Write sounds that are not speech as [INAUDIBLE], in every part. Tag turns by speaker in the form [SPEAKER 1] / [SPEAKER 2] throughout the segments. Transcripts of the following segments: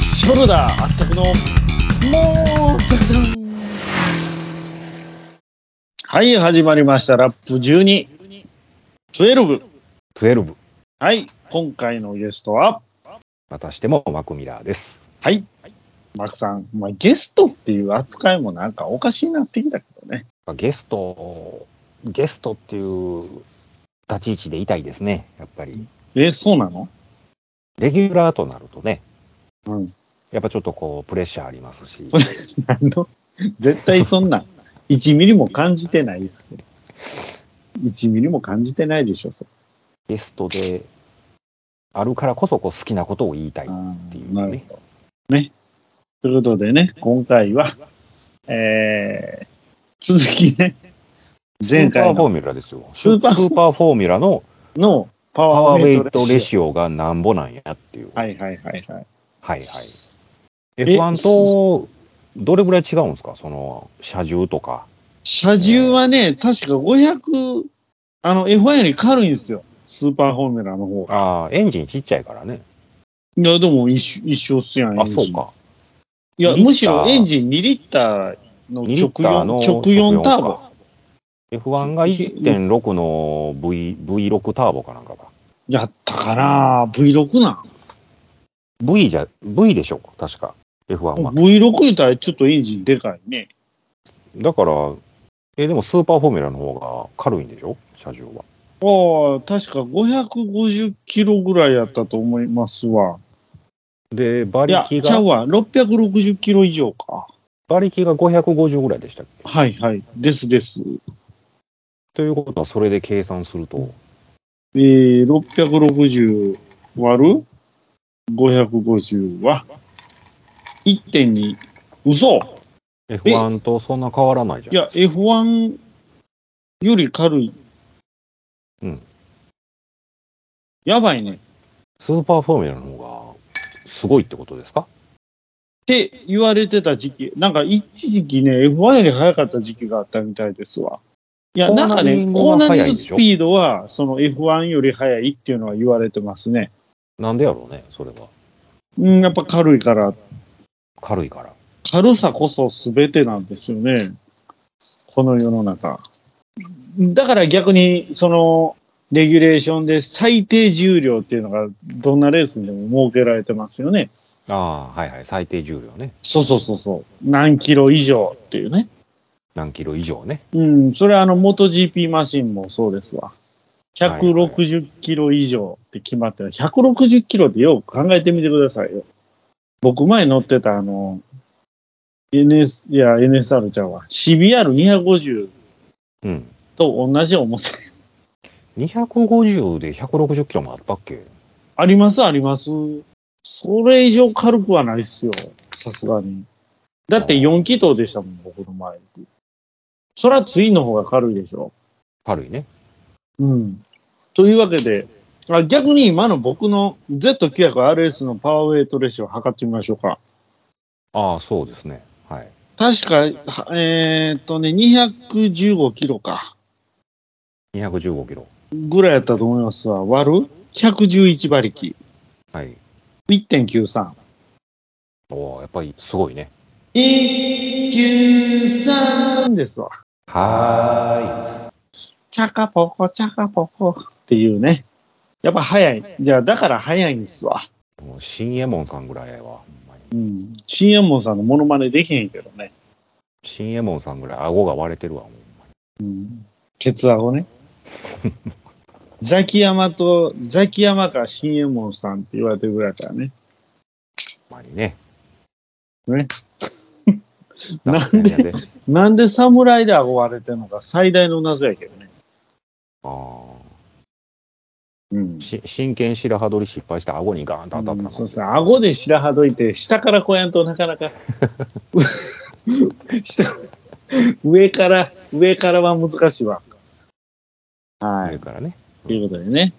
[SPEAKER 1] ショルダー圧着の、もう、ザザンはい、始まりました。ラップ12、12。
[SPEAKER 2] 12
[SPEAKER 1] はい、今回のゲストは、
[SPEAKER 2] またしてもマクミラーです
[SPEAKER 1] はい、マクさん、まあ、ゲストっていう扱いもなんかおかしいなってきたけどね。
[SPEAKER 2] まあゲストゲストっていう立ち位置でいたいですねやっぱり
[SPEAKER 1] え、そうなの
[SPEAKER 2] レギュラーとなるとね
[SPEAKER 1] うん。 [LAUGHS]
[SPEAKER 2] やっぱちょっとこうプレッシャーありますし
[SPEAKER 1] それあの、絶対そんな、1ミリも感じてないっすよ。1ミリも感じてないでしょ、それ
[SPEAKER 2] ゲストであるからこそこう好きなことを言いたいっ
[SPEAKER 1] あ
[SPEAKER 2] てい
[SPEAKER 1] ーなる
[SPEAKER 2] うね
[SPEAKER 1] ほどね。ということでね、今回は、えー、続きね、前
[SPEAKER 2] スーパ
[SPEAKER 1] 回
[SPEAKER 2] ーフォ
[SPEAKER 1] の
[SPEAKER 2] ーミュラですよ
[SPEAKER 1] スーパー
[SPEAKER 2] スーパーフォーミュラの
[SPEAKER 1] のパ
[SPEAKER 2] パ
[SPEAKER 1] ワ
[SPEAKER 2] ワ
[SPEAKER 1] ー
[SPEAKER 2] ー
[SPEAKER 1] ウ
[SPEAKER 2] ウ
[SPEAKER 1] ェ
[SPEAKER 2] ェ
[SPEAKER 1] イ
[SPEAKER 2] イ
[SPEAKER 1] ト
[SPEAKER 2] ト
[SPEAKER 1] レ
[SPEAKER 2] レ
[SPEAKER 1] シ
[SPEAKER 2] シオがなんぼなんやっていう
[SPEAKER 1] オ。はいはいはいはい。
[SPEAKER 2] はいはい
[SPEAKER 1] 車
[SPEAKER 2] F1 とどれぐらい違うんですかその車重とか
[SPEAKER 1] 重はね、確か500、あの F1 より軽いんですよ。スーパーフォーミュラの方が。
[SPEAKER 2] ああエンジンちっちゃいからね
[SPEAKER 1] いや、でも一緒一緒っすやん。エ
[SPEAKER 2] あ
[SPEAKER 1] ンジン
[SPEAKER 2] そうか
[SPEAKER 1] いや、
[SPEAKER 2] リッター
[SPEAKER 1] むしろエンジン2リッターの
[SPEAKER 2] 2リッ
[SPEAKER 1] 直
[SPEAKER 2] ターの
[SPEAKER 1] 4、直4ターボ。
[SPEAKER 2] F1 が1.6の v V6 ターボかなんかか。
[SPEAKER 1] やったかな ?V6 なん
[SPEAKER 2] V じゃ、V でしょ、確か。F1 は。
[SPEAKER 1] V6 言ったらちょっとエンジンでかいね。
[SPEAKER 2] だから、え、でもスーパーフォーミュラの方が軽いんでしょ車重は。
[SPEAKER 1] ああ、確か550キロぐらいやったと思いますわ。
[SPEAKER 2] で、馬
[SPEAKER 1] いや、
[SPEAKER 2] 力
[SPEAKER 1] ちゃう
[SPEAKER 2] が、
[SPEAKER 1] わ。660キロ以上か。
[SPEAKER 2] 馬力が550ぐらいでしたっけ
[SPEAKER 1] はいはい。ですです。
[SPEAKER 2] ということは、それで計算すると、
[SPEAKER 1] えー、660割る550は1.2。嘘
[SPEAKER 2] F1 とそんな変わらないじゃ
[SPEAKER 1] い
[SPEAKER 2] ん。
[SPEAKER 1] や、F1 より軽い。
[SPEAKER 2] うん。
[SPEAKER 1] やばいね。っ
[SPEAKER 2] スーパーフォーミュラの方が、すごいってことですか
[SPEAKER 1] て言われてた時期、なんか一時期ね、F1 より早かった時期があったみたいですわ。いや、
[SPEAKER 2] コー
[SPEAKER 1] なんか
[SPEAKER 2] ナリ
[SPEAKER 1] ね、
[SPEAKER 2] ングが
[SPEAKER 1] コーナリン
[SPEAKER 2] 早い
[SPEAKER 1] グ
[SPEAKER 2] で
[SPEAKER 1] ス
[SPEAKER 2] しょ
[SPEAKER 1] ピードは、その F1 より速いっていうのは言われてますね。
[SPEAKER 2] なんでやろうね、それは。
[SPEAKER 1] うん、やっぱ軽いから、
[SPEAKER 2] 軽いから。
[SPEAKER 1] 軽さこそ全てなんですよね。この世の中。だから逆に、その、レギュレーションで最低重量っていうのが、どんなレースにでも設けられてますよね。
[SPEAKER 2] ああ、はいはい。最低重量ね。
[SPEAKER 1] そうそうそうそう。何キロ以上っていうね。
[SPEAKER 2] 何キロ以上ね。
[SPEAKER 1] うん、それはあの、元 GP マシンもそうですわ。
[SPEAKER 2] はいはい
[SPEAKER 1] 160キロ以上って決まってる。160キロってよく考えてみてくださいよ。僕前乗ってたあの、NS、いや、NSR ちゃうわ。CBR250
[SPEAKER 2] うん。
[SPEAKER 1] と同じ重さ。
[SPEAKER 2] 250で160キロもあったっけ
[SPEAKER 1] あります、あります。それ以上軽くはないっすよ。さすがに。だって4気筒でしたもん、僕の前。そらツインの方が軽いでしょ。
[SPEAKER 2] 軽いね。
[SPEAKER 1] うん。というわけで、あ逆に今の僕の Z900RS のパワーウェイトレシオ測ってみましょうか。
[SPEAKER 2] ああ、そうですね。はい。
[SPEAKER 1] 確か、はえーっとね、215キロか。
[SPEAKER 2] 215キロ。
[SPEAKER 1] ぐらいやったと思いますわ。割る ?111 馬力。
[SPEAKER 2] はい。
[SPEAKER 1] 1.93。
[SPEAKER 2] おおやっぱりすごいね。
[SPEAKER 1] 193ですわ。
[SPEAKER 2] は
[SPEAKER 1] チャカポコ、チャカポコっていうね。やっぱ早い。じゃあ、だから早いんですわ。
[SPEAKER 2] ーい。もう、新右衛門さんぐらいは、ほんまに。
[SPEAKER 1] うん。新右衛門さんのモノマネできへんけどね。
[SPEAKER 2] 新右衛門さんぐらい顎が割れてるわ、ほんまに。
[SPEAKER 1] うん。ケツアゴね。ザキヤマと、ザキヤマか新右衛門さんって言われてるぐらいだからね。
[SPEAKER 2] ほんまにね。
[SPEAKER 1] ね
[SPEAKER 2] [LAUGHS] なんでで
[SPEAKER 1] なんで侍で憧れてるのか最大の謎やけどね。
[SPEAKER 2] あ
[SPEAKER 1] うん
[SPEAKER 2] あ。。し真剣白羽取り失敗して顎にガーンと当たった
[SPEAKER 1] うん
[SPEAKER 2] の。
[SPEAKER 1] そうそう、顎で白羽どいて、下からこうやんとなかなか、下、上から、上からは難しいわ。は
[SPEAKER 2] 上からね。
[SPEAKER 1] い。ということでね。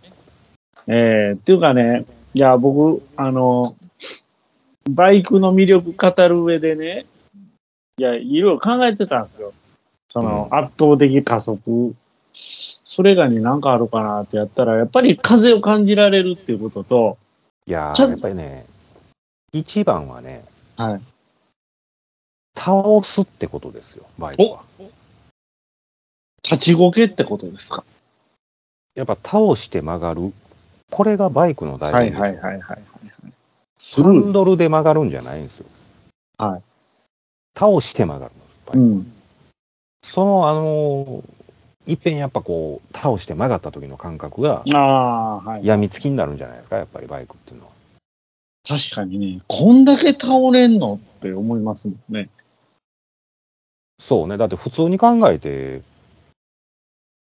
[SPEAKER 1] えー、っていうかね、いや、僕、あの、バイクの魅力語る上でね、いや、いろいろ考えてたんですよ。その、
[SPEAKER 2] う
[SPEAKER 1] 圧倒的加速。それ以外に何かあるかなってやったら、やっぱり風を感じられるっていうことと、
[SPEAKER 2] いや
[SPEAKER 1] ちょ
[SPEAKER 2] ー、やっぱりね、一番はね、
[SPEAKER 1] はい。
[SPEAKER 2] 倒すってことですよ、バイクは。
[SPEAKER 1] 立ちこけってことですか。
[SPEAKER 2] やっぱ倒して曲がる。これがバイクの醍醐
[SPEAKER 1] は
[SPEAKER 2] 味
[SPEAKER 1] い
[SPEAKER 2] ですよ
[SPEAKER 1] はいはいはいはい。ス
[SPEAKER 2] ハ
[SPEAKER 1] ル
[SPEAKER 2] ン
[SPEAKER 1] ー。
[SPEAKER 2] ドルで曲がるんじゃないんですよ。
[SPEAKER 1] はい。
[SPEAKER 2] 倒して曲がるんですバイク
[SPEAKER 1] うん。
[SPEAKER 2] その、あのー、いっぺんやっぱこう、倒して曲がった時の感覚が、
[SPEAKER 1] ああ、はい。
[SPEAKER 2] やみつきになるんじゃないですか、やっぱりバイクっていうのは。
[SPEAKER 1] 確かにね、こんだけ倒れんのって思いますもんね。
[SPEAKER 2] そうね、だって普通に考えて、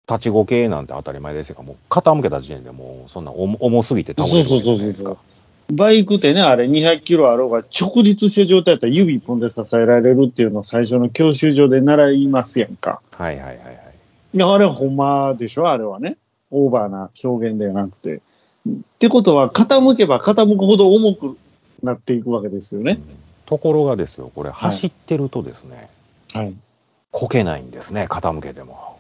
[SPEAKER 2] 立ち後系なんて当たり前ですよ。もう傾けた時点でもう、そんな重重すぎて倒れる
[SPEAKER 1] そうそうそうそうそう。バイクってね、あれ200キロあろうが直立した状態だったら指一本で支えられるっていうのを最初の教習所で習いますやんか。
[SPEAKER 2] はいはいはいはい。
[SPEAKER 1] いや、あれはほんまでしょあれはね。オーバーな表現ではなくて。ってことは、傾けば傾くほど重くなっていくわけですよ
[SPEAKER 2] う
[SPEAKER 1] ね。
[SPEAKER 2] んところがですよ、これ走ってるとですね、
[SPEAKER 1] はい。
[SPEAKER 2] こけないんですね、傾けても。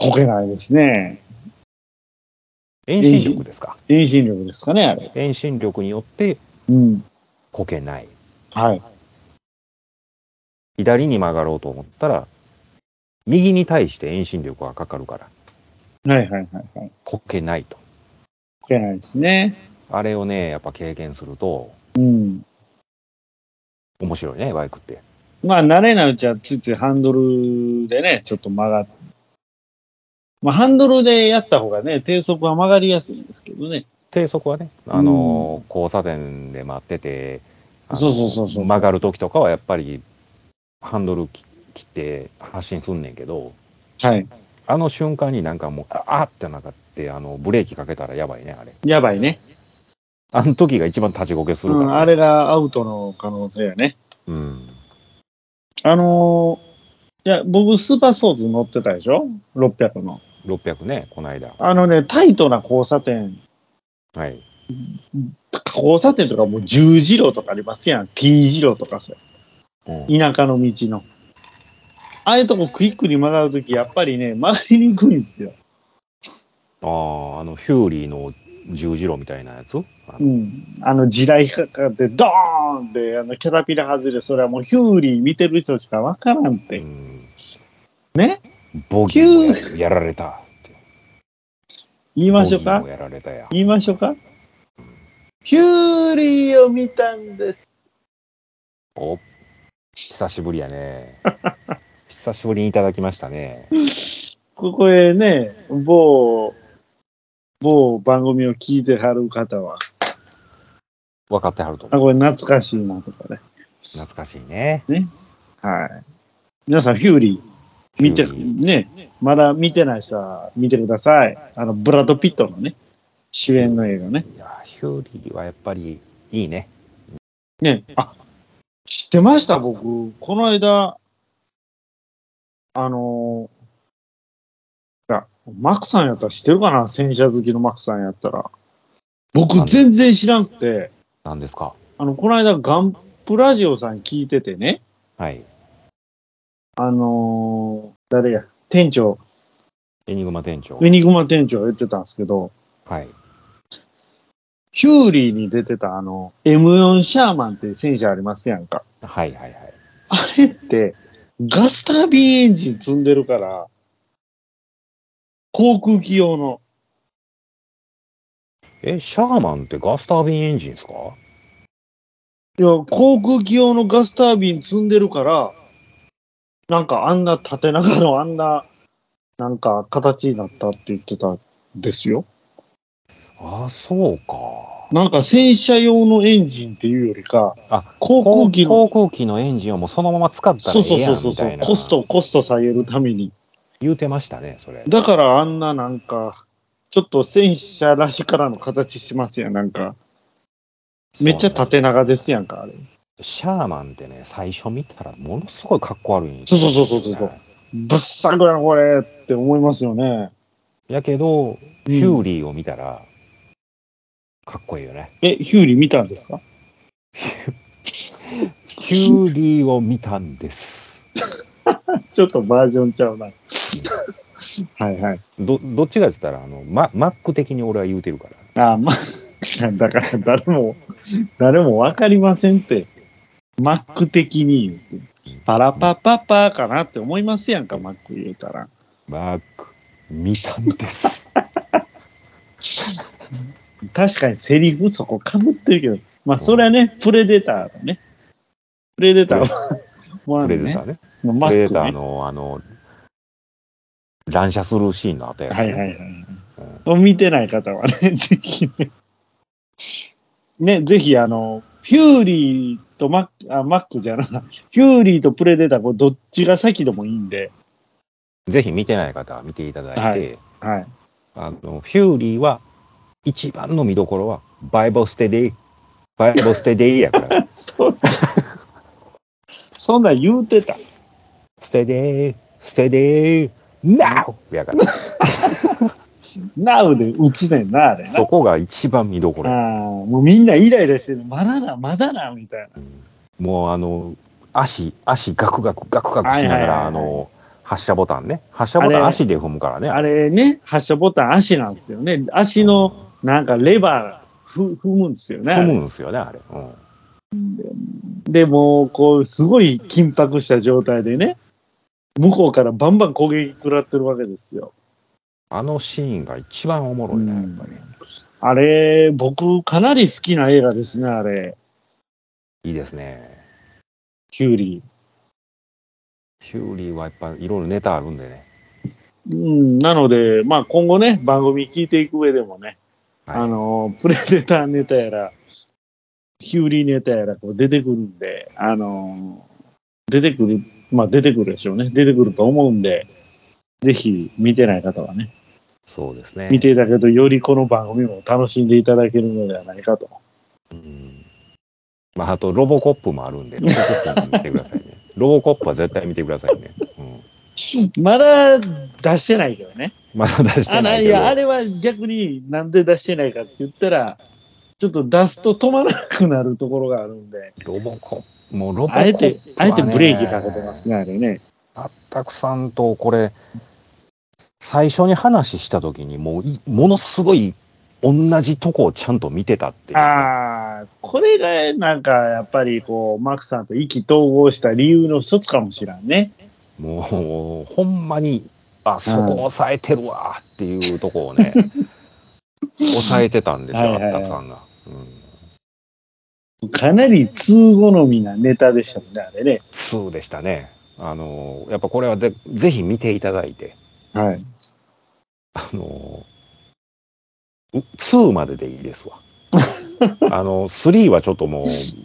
[SPEAKER 1] こけないですね。
[SPEAKER 2] 遠心力ですか。
[SPEAKER 1] 遠心力ですかね、あれ。
[SPEAKER 2] 遠心力によって
[SPEAKER 1] うん。
[SPEAKER 2] こけない。
[SPEAKER 1] はい。
[SPEAKER 2] 左に曲がろうと思ったら、右に対して遠心力がかかるから、
[SPEAKER 1] はいはいはいはい。
[SPEAKER 2] こけないと。
[SPEAKER 1] こけないですね。
[SPEAKER 2] あれをね、やっぱ経験すると、
[SPEAKER 1] うん。
[SPEAKER 2] 面白いね、バイクって。
[SPEAKER 1] まあ、慣れないうちはついついハンドルでね、ちょっと曲がっまあ、ハンドルでやった方がね、低速は曲がりやすいんですけどね。
[SPEAKER 2] 低速はね、あのー交差点で待ってて、あの
[SPEAKER 1] そうそうそうそう
[SPEAKER 2] 曲がる時とかはやっぱり、ハンドルき切って発進すんねんけど、
[SPEAKER 1] はい。
[SPEAKER 2] あの瞬間になんかもう、ああってなんかって、あの、ブレーキかけたらやばいね、あれ。
[SPEAKER 1] やばいね。
[SPEAKER 2] あの時が一番立ちこけする
[SPEAKER 1] う
[SPEAKER 2] から、
[SPEAKER 1] ん、あれがアウトの可能性やね。
[SPEAKER 2] うん。
[SPEAKER 1] あのーいや、僕、スーパースポーツ乗ってたでしょ ?600 の。
[SPEAKER 2] 600ね、この間。
[SPEAKER 1] あのね、タイトな交差点、
[SPEAKER 2] はい。
[SPEAKER 1] 交差点とかもう十字路とかありますやん。T 字路とかさ、
[SPEAKER 2] うん
[SPEAKER 1] 田舎の道の。ああいうとこクイックに曲がるとき、やっぱりね、曲がりにくいんですよ。
[SPEAKER 2] ああ、あの、ヒューリーの十字路みたいなやつあ
[SPEAKER 1] う
[SPEAKER 2] の
[SPEAKER 1] ん。あの、地雷かかって、ドーンって、あの、キャタピラ外れ、それはもうヒューリー見てる人しかわからんっ
[SPEAKER 2] う
[SPEAKER 1] て。
[SPEAKER 2] ん
[SPEAKER 1] ね
[SPEAKER 2] ボギーもやられたって。
[SPEAKER 1] 言いましょう
[SPEAKER 2] ボギー
[SPEAKER 1] か
[SPEAKER 2] もやられたや。
[SPEAKER 1] 言いましょうかヒューリーを見たんです。
[SPEAKER 2] お久しぶりやね。 [LAUGHS] 久しぶりにいただきましたね。
[SPEAKER 1] ここへね、某、某番組を聞いてはる方は、
[SPEAKER 2] 分かってはると
[SPEAKER 1] あ、
[SPEAKER 2] 思
[SPEAKER 1] こ
[SPEAKER 2] う。
[SPEAKER 1] れ懐かしいなとかね。
[SPEAKER 2] 懐かしいね。
[SPEAKER 1] はい。皆さん、ヒューリー、見て、
[SPEAKER 2] ヒューリ
[SPEAKER 1] ね、まだ見てない人は見てください。あの、ブラッド・ピットのね、主演の映画ね。
[SPEAKER 2] いや、ヒューリーはやっぱりいいね。
[SPEAKER 1] ね、あ、知ってました僕、この間、あのーいや、マクさんやったら知ってるかな戦車好きのマクさんやったら。僕、全然知らんくて。
[SPEAKER 2] なんですか
[SPEAKER 1] あの、この間、ガンプラジオさん聞いててね、
[SPEAKER 2] はい。
[SPEAKER 1] あのー誰や、店長、
[SPEAKER 2] エニグマ店長
[SPEAKER 1] ウ。ニグマ店長が言ってたんですけど、
[SPEAKER 2] はい。
[SPEAKER 1] ヒューリーに出てたあの、M4 シャーマンっていう戦車ありますやんか。
[SPEAKER 2] はいはいはい。
[SPEAKER 1] あれって、ガスタービーエンジン積んでるから、航空機用の。
[SPEAKER 2] え、シャーマンってガスタービンエンジンですか
[SPEAKER 1] いや、航空機用のガスタービン積んでるから、なんかあんな縦長のあんな、なんか形になったって言ってたんですよ。
[SPEAKER 2] ああ、そうか。
[SPEAKER 1] なんか戦車用のエンジンっていうよりか、
[SPEAKER 2] あ
[SPEAKER 1] 航空機
[SPEAKER 2] 航
[SPEAKER 1] の、
[SPEAKER 2] 空機のエンジンをもうそのまま使ったら
[SPEAKER 1] そ
[SPEAKER 2] え
[SPEAKER 1] うそ
[SPEAKER 2] え
[SPEAKER 1] う
[SPEAKER 2] や
[SPEAKER 1] そ
[SPEAKER 2] ん
[SPEAKER 1] うそう
[SPEAKER 2] み
[SPEAKER 1] そ
[SPEAKER 2] た
[SPEAKER 1] う
[SPEAKER 2] いな。
[SPEAKER 1] コスト、コスト下げるために。
[SPEAKER 2] 言うてましたね、それ。
[SPEAKER 1] だからあんななんか、ちょっと戦車らしからの形しますやん、なんか。めっちゃ縦長ですやんか、あれ。
[SPEAKER 2] シャーマンってね、最初見たらものすごいかっこ悪いんです
[SPEAKER 1] そう
[SPEAKER 2] よ
[SPEAKER 1] そうそうそうそう。ぶっさくやな、これって思いますよね。
[SPEAKER 2] やけど、
[SPEAKER 1] うん
[SPEAKER 2] ヒューリーを見たら、かっこいいよね。
[SPEAKER 1] え、ヒューリー見たんですか
[SPEAKER 2] ヒューリーを見たんです。
[SPEAKER 1] ちょっとバージョンちゃうな。 [LAUGHS] はいはい。
[SPEAKER 2] ど、どっちかって言ったら、あの、ママック的に俺は言うてるから。
[SPEAKER 1] あ、まあ、だから誰も誰もわかりませんって、マック的に言って、パラパパパかなって思いますやんか、マック言うたら。
[SPEAKER 2] マーク、見たんです。
[SPEAKER 1] 確かにセリフそこかぶってるけど、まあそれはね、プレデターだね。プレデターは、 [LAUGHS] [LAUGHS] まあ
[SPEAKER 2] プレデタ
[SPEAKER 1] ね
[SPEAKER 2] ー、ね。
[SPEAKER 1] マ
[SPEAKER 2] プレ
[SPEAKER 1] ッ
[SPEAKER 2] デター
[SPEAKER 1] クね。
[SPEAKER 2] の、あの、乱射するシーンの後や。
[SPEAKER 1] はいはいいはい。見てない方はね、ぜひね。ね、ぜひあの、フューリーとマック、あ、マックじゃない、フューリーとプレデター、これどっちが先でもいいんで、
[SPEAKER 2] ぜひ見てない方は見ていただいて、
[SPEAKER 1] はいはい。
[SPEAKER 2] あの、フューリーは、一番の見どころは、バイボステディ、バイボステディやから、
[SPEAKER 1] [LAUGHS] そうそんなん言うてた。
[SPEAKER 2] ステディ、ステディ、ナウやから、
[SPEAKER 1] なうで打つねんな、あれな。
[SPEAKER 2] そこが一番見どこ
[SPEAKER 1] ああ
[SPEAKER 2] ろ。
[SPEAKER 1] もうみんなイライラしてる。まだな、まだな、みたい
[SPEAKER 2] もう、あの、足、足ガクガクガクガクしながら、
[SPEAKER 1] はいはいはいはい
[SPEAKER 2] あの、発射ボタンね。発射ボタ
[SPEAKER 1] あれ
[SPEAKER 2] ン足で踏むからね。
[SPEAKER 1] な。あれね、発射ボタン足なんですよね。足のなんかレバーふ踏むんですよね。
[SPEAKER 2] 踏むんですよね、あれ。うん。
[SPEAKER 1] でもうこうすごい緊迫した状態でね向こうからバンバン攻撃食らってるわけですよ。
[SPEAKER 2] あのシーンが一番おもろいね、や
[SPEAKER 1] う
[SPEAKER 2] っ
[SPEAKER 1] ん
[SPEAKER 2] ぱり。
[SPEAKER 1] あれ僕かなり好きな映画ですねあれ
[SPEAKER 2] いいですね。
[SPEAKER 1] キューリ
[SPEAKER 2] ヒューリーはやっぱいろいろネタあるんでね。
[SPEAKER 1] ー。うん、なので、まあ、今後ね番組聞いていく上でもね、
[SPEAKER 2] はい
[SPEAKER 1] あのプレデターネタやらキューリーネタやらこう出てくるんであの出てくるまあ出てくるでしょうね出てくると思うんでぜひ見てない方はね
[SPEAKER 2] そうですね。
[SPEAKER 1] 見ていただけると、よりこの番組も楽しんでいただけるのではないかと。
[SPEAKER 2] うんまあ、あと、ロボコップもあるんで、ロ
[SPEAKER 1] [LAUGHS]
[SPEAKER 2] ボコップも見てくださいね。ロボコップは絶対見てくださいね。うん、
[SPEAKER 1] まだ出してないけどね。
[SPEAKER 2] まだ出して
[SPEAKER 1] あ
[SPEAKER 2] ないいけど。
[SPEAKER 1] や、あれは逆になんで出してないかって言ったら、ちょっと出すと止まらなくなるところがあるんで、
[SPEAKER 2] ロボコップ、もうロボコップ
[SPEAKER 1] あ
[SPEAKER 2] はね、
[SPEAKER 1] えて、あえてブレーキかけてますね、あれね。
[SPEAKER 2] あったくさんと、これ、最初に話した時に、もうい、ものすごい、同じとこをちゃんと見てたっていう。
[SPEAKER 1] ああ、これがなんかやっぱりこう、マックさんと意気投合した理由の一つかもしらんね。
[SPEAKER 2] もうほんまにあそこ抑えてるわっていうとこを
[SPEAKER 1] [LAUGHS]
[SPEAKER 2] ね抑えてたんです
[SPEAKER 1] はいは
[SPEAKER 2] よ
[SPEAKER 1] いは
[SPEAKER 2] あ
[SPEAKER 1] い
[SPEAKER 2] ったくさんが、うん、
[SPEAKER 1] かなり通好みなネタでしたもんね、あれね。
[SPEAKER 2] 2でしたねあのやっぱこれはぜぜひ見ていただいて
[SPEAKER 1] はい。
[SPEAKER 2] あのう2まででいいです
[SPEAKER 1] [LAUGHS]
[SPEAKER 2] わあの3はちょっともうち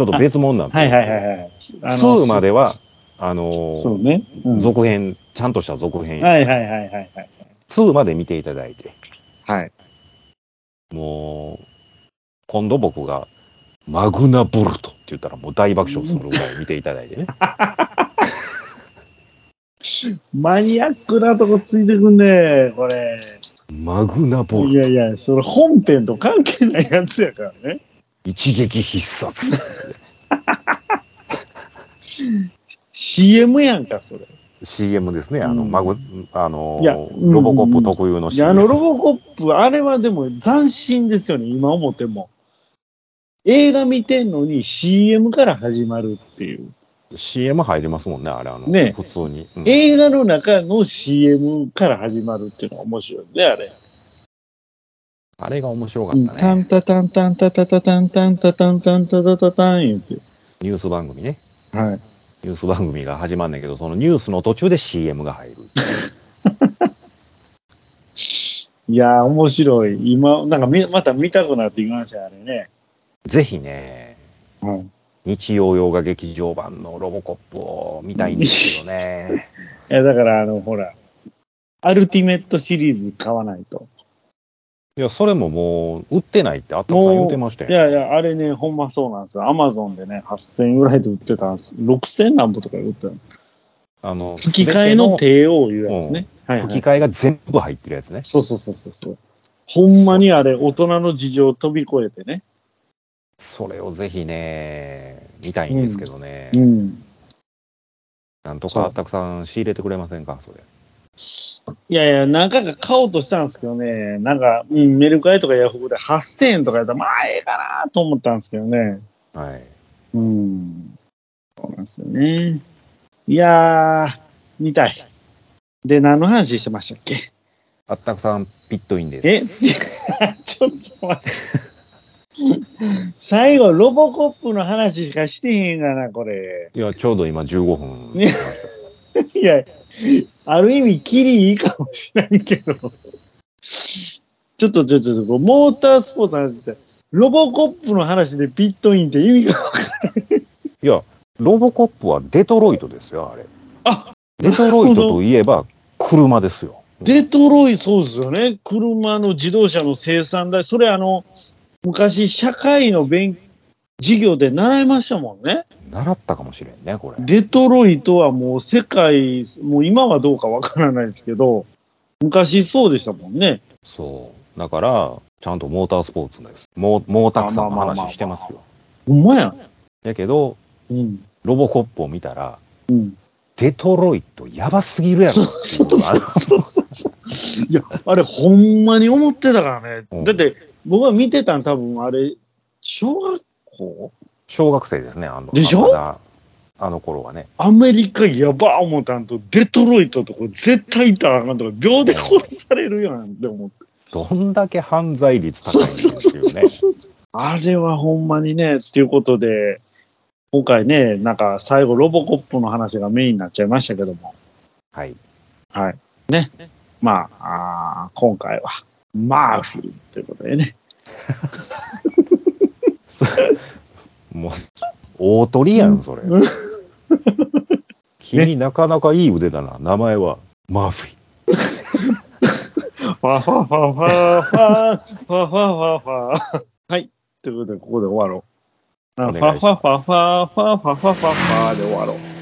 [SPEAKER 2] ょっと別物なんで、
[SPEAKER 1] はいはいはいはい。あの
[SPEAKER 2] 2まではあの
[SPEAKER 1] そうね。うん
[SPEAKER 2] 続編ちゃんとした続編、
[SPEAKER 1] はいはいはいはいはい。
[SPEAKER 2] 2まで見ていただいて
[SPEAKER 1] はい。
[SPEAKER 2] もう、今度僕が、マグナボルトって言ったらもう大爆笑するぐらい見ていただいてね。
[SPEAKER 1] マニアックなとこついてくんね、これ。
[SPEAKER 2] マグナボ
[SPEAKER 1] い
[SPEAKER 2] ルト、
[SPEAKER 1] やいや、それ本編と関係ないやつやからね。
[SPEAKER 2] 一撃必
[SPEAKER 1] [LAUGHS]
[SPEAKER 2] 殺。
[SPEAKER 1] CM やんか、それ。
[SPEAKER 2] CM ですね、あの、
[SPEAKER 1] うん
[SPEAKER 2] マグ、あの
[SPEAKER 1] いや、
[SPEAKER 2] ロボコップ特有の
[SPEAKER 1] いや、あの
[SPEAKER 2] CM。
[SPEAKER 1] ロボコップ、あれはでも斬新ですよね、今思っても。映画見てんのに CM から始まるっていう。
[SPEAKER 2] CM 入りますもんね、あれ、あの、
[SPEAKER 1] ね
[SPEAKER 2] 普通に。うん
[SPEAKER 1] 映画の中の CM から始まるっていうのが面白いね、あれ。
[SPEAKER 2] あれが面白か
[SPEAKER 1] うん
[SPEAKER 2] った
[SPEAKER 1] タ
[SPEAKER 2] ね
[SPEAKER 1] ン。タタンタンタタタタンタンタタンタンタタタタン言って。
[SPEAKER 2] ニュース番組ね。
[SPEAKER 1] はい。
[SPEAKER 2] ニュース番組が始まんねんけど、そのニュースの途中で CM が入る。
[SPEAKER 1] いやー、面白い。今、なんかみまた見たくなってきましたよ、あれね。
[SPEAKER 2] ぜひね、
[SPEAKER 1] はい
[SPEAKER 2] 日曜洋画劇場版のロボコップを見たいんですよね。
[SPEAKER 1] [LAUGHS] いや、だから、あの、ほら、アルティメットシリーズ買わないと。
[SPEAKER 2] いや、それももう、売ってないって、あったくさん言ってましたよ。
[SPEAKER 1] いやいや、あれね、ほんまそうなんですよ。アマゾンでね、8000円ぐらいで売ってたんです。6000何歩とかで売ってたの
[SPEAKER 2] あの、
[SPEAKER 1] 吹き替えの帝王いうやつね。はい、は
[SPEAKER 2] 吹
[SPEAKER 1] い
[SPEAKER 2] き。替えが全部入ってるやつね。
[SPEAKER 1] そうそうそうそうそう。ほんまにあれ、大人の事情を飛び越えてね。
[SPEAKER 2] それをぜひね、見たいんですけどね。
[SPEAKER 1] うん。
[SPEAKER 2] なんと
[SPEAKER 1] そう
[SPEAKER 2] かあったくさん仕入れてくれませんか、それ。
[SPEAKER 1] いやいや、何回か買おうとしたんですけどね、なんか、うん、メルカリとかヤフオクで8000円とかやったら、まあ、ええかなと思ったんですけどね。
[SPEAKER 2] はい。
[SPEAKER 1] うん。そうなんですよね。いやー、見たい。で、何の話してましたっけ
[SPEAKER 2] あったくさん、ピットインです。
[SPEAKER 1] え [LAUGHS] ちょっと待って。最後、ロボコップの話しかしてへんがな、これ。
[SPEAKER 2] いや、ちょうど今15分。
[SPEAKER 1] ねいや、ある意味、キリいいかもしれんけど。ちょっと、ちょっと、ちょっと、モータースポーツの話って、ロボコップの話でピットインって意味が。
[SPEAKER 2] いや、ロボコップはデトロイトですよ、あれ。
[SPEAKER 1] あ
[SPEAKER 2] デトロイトといえば、車ですよ。
[SPEAKER 1] デトロイト、そうですよね。車の自動車の生産台。それ、あの、昔、社会の勉授業で習いましたもんね。
[SPEAKER 2] 習ったかもしれんね、これ。
[SPEAKER 1] デトロイトはもう世界、もう今はどうかわからないですけど、昔そうでしたもんね。
[SPEAKER 2] そう。だから、ちゃんとモータースポーツです。モーモータクさんの
[SPEAKER 1] まあまあまあまあ
[SPEAKER 2] 話してますよ。
[SPEAKER 1] ほんまや。
[SPEAKER 2] やけど、
[SPEAKER 1] うん。
[SPEAKER 2] ロボコップを見たら、
[SPEAKER 1] うん。
[SPEAKER 2] デトロイトやばすぎるやろ
[SPEAKER 1] そう
[SPEAKER 2] ってい
[SPEAKER 1] そうう
[SPEAKER 2] のがあ
[SPEAKER 1] そ
[SPEAKER 2] る
[SPEAKER 1] うそうそう。いや、あれほんまに思ってたからね。
[SPEAKER 2] うん
[SPEAKER 1] だって、僕が見てたの多分あれ、小学校
[SPEAKER 2] 小学生ですね、あの。
[SPEAKER 1] でしょ
[SPEAKER 2] まだあの頃はね。
[SPEAKER 1] アメリカやば思ったんと、デトロイトとこ絶対行ったらあかんとか、秒で殺されるやんって思って。
[SPEAKER 2] どんだけ犯罪率
[SPEAKER 1] そう
[SPEAKER 2] 高いん
[SPEAKER 1] そう
[SPEAKER 2] で
[SPEAKER 1] そ
[SPEAKER 2] す
[SPEAKER 1] う
[SPEAKER 2] よ
[SPEAKER 1] そ
[SPEAKER 2] ね
[SPEAKER 1] う。そう。あれはほんまにね、っていうことで、今回ね、なんか最後ロボコップの話がメインになっちゃいましたけども、
[SPEAKER 2] はい。
[SPEAKER 1] はい。ね。まあ、あー今回は、マーフルということでね。
[SPEAKER 2] もう、大鳥やん、それ
[SPEAKER 1] うん。
[SPEAKER 2] 君、なかなかいい腕だな。名前は、マーフィー。
[SPEAKER 1] ファファファファファファファファファ。はい。ということで、ここで終わろう。
[SPEAKER 2] お願いし
[SPEAKER 1] フ
[SPEAKER 2] ま
[SPEAKER 1] ァ
[SPEAKER 2] す
[SPEAKER 1] ファファファファファファファで終わろう。